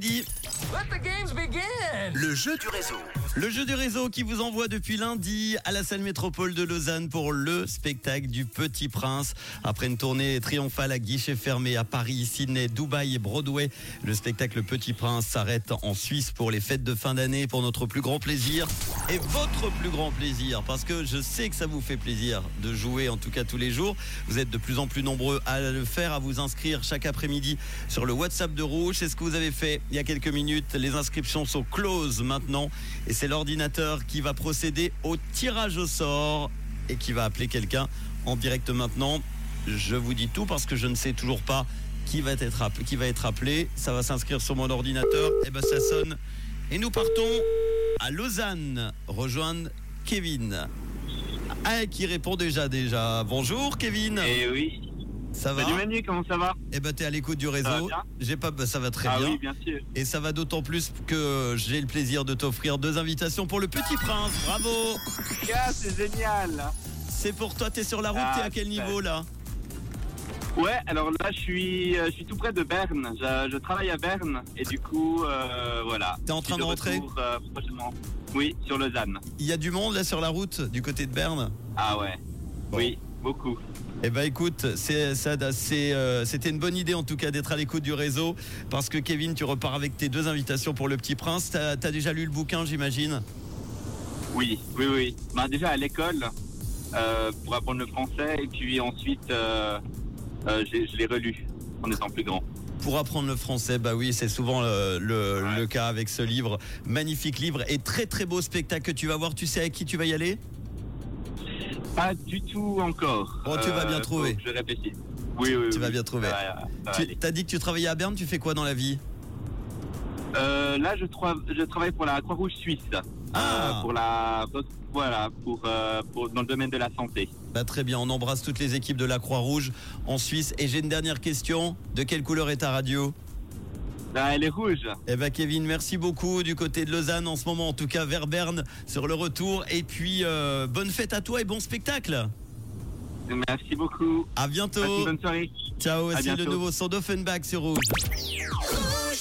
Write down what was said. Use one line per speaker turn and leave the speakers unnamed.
Midi,
Let the games begin!
Le jeu du réseau.
Le jeu du réseau qui vous envoie depuis lundi à la salle métropole de Lausanne pour le spectacle du Petit Prince. Après une tournée triomphale à guichet fermé à Paris, Sydney, Dubaï et Broadway, le spectacle Petit Prince s'arrête en Suisse pour les fêtes de fin d'année pour notre plus grand plaisir et votre plus grand plaisir parce que je sais que ça vous fait plaisir de jouer en tout cas tous les jours. Vous êtes de plus en plus nombreux à le faire, à vous inscrire chaque après-midi sur le WhatsApp de Rouge. C'est ce que vous avez fait il y a quelques minutes. Les inscriptions sont closes maintenant et c'est l'ordinateur qui va procéder au tirage au sort et qui va appeler quelqu'un en direct maintenant. Je vous dis tout parce que je ne sais toujours pas qui va être appelé. Qui va être appelé. Ça va s'inscrire sur mon ordinateur. Et ben ça sonne. Et nous partons à Lausanne rejoindre Kevin. Ah, qui répond déjà déjà. Bonjour Kevin.
Eh oui.
ça va
Salut Manu, comment ça va
Eh ben t'es à l'écoute du
Ça
réseau.
va bien
J'ai pas bah, ça va très
Ah
bien.
oui, bien sûr.
Et ça va d'autant plus que j'ai le plaisir de t'offrir deux invitations pour le Petit Prince. Bravo.
Ah, c'est génial.
C'est pour toi, t'es sur la route,
Ah,
t'es à quel
super.
niveau là
Ouais, alors là, je suis, euh, je suis tout près de Berne. Je, je travaille à Berne et du coup, euh, voilà.
T'es en train
Je suis
de rentrer
retour, euh, prochainement. Oui, sur Lausanne.
Il y a du monde là sur la route du côté de Berne
Ah ouais.
Bon.
Oui, beaucoup.
Eh ben écoute, c'est- ça- c'est, euh, c'était une bonne idée en tout cas d'être à l'écoute du réseau parce que Kevin, tu repars avec tes deux invitations pour le Petit Prince. T'as t'as déjà lu le bouquin, j'imagine
Oui, oui, oui. Bah, déjà à l'école, euh, pour apprendre le français et puis ensuite, euh, euh, j'ai- je l'ai relu en étant plus grand.
Pour apprendre le français, bah oui, c'est souvent euh, le,
Ouais.
le cas avec ce livre. Magnifique livre et très très beau spectacle que tu vas voir. Tu sais avec qui tu vas y aller
Pas du tout encore.
Bon, tu vas bien trouver.
faut que Je réfléchis. Oui, oui.
Tu
oui.
vas bien trouver.
Ça va, ça va
Tu-
aller.
T'as dit que tu travaillais à Berne, tu fais quoi dans la vie
Euh, là, je, tra- je travaille pour la Croix-Rouge suisse.
Ah.
Euh, pour la, voilà, pour, euh, pour- dans le domaine de la santé.
Bah, très bien, on embrasse toutes les équipes de la Croix-Rouge en Suisse. Et j'ai une dernière question. De quelle couleur est ta radio
Là, elle est rouge.
Eh ben Kevin, merci beaucoup du côté de Lausanne en ce moment, en tout cas vers Berne sur le retour. Et puis euh, bonne fête à toi et bon spectacle.
Merci beaucoup.
À
Passe une
bientôt.
bonne soirée.
Ciao.
à
C'est le
bientôt.
nouveau son d'Offenbach sur Rouge.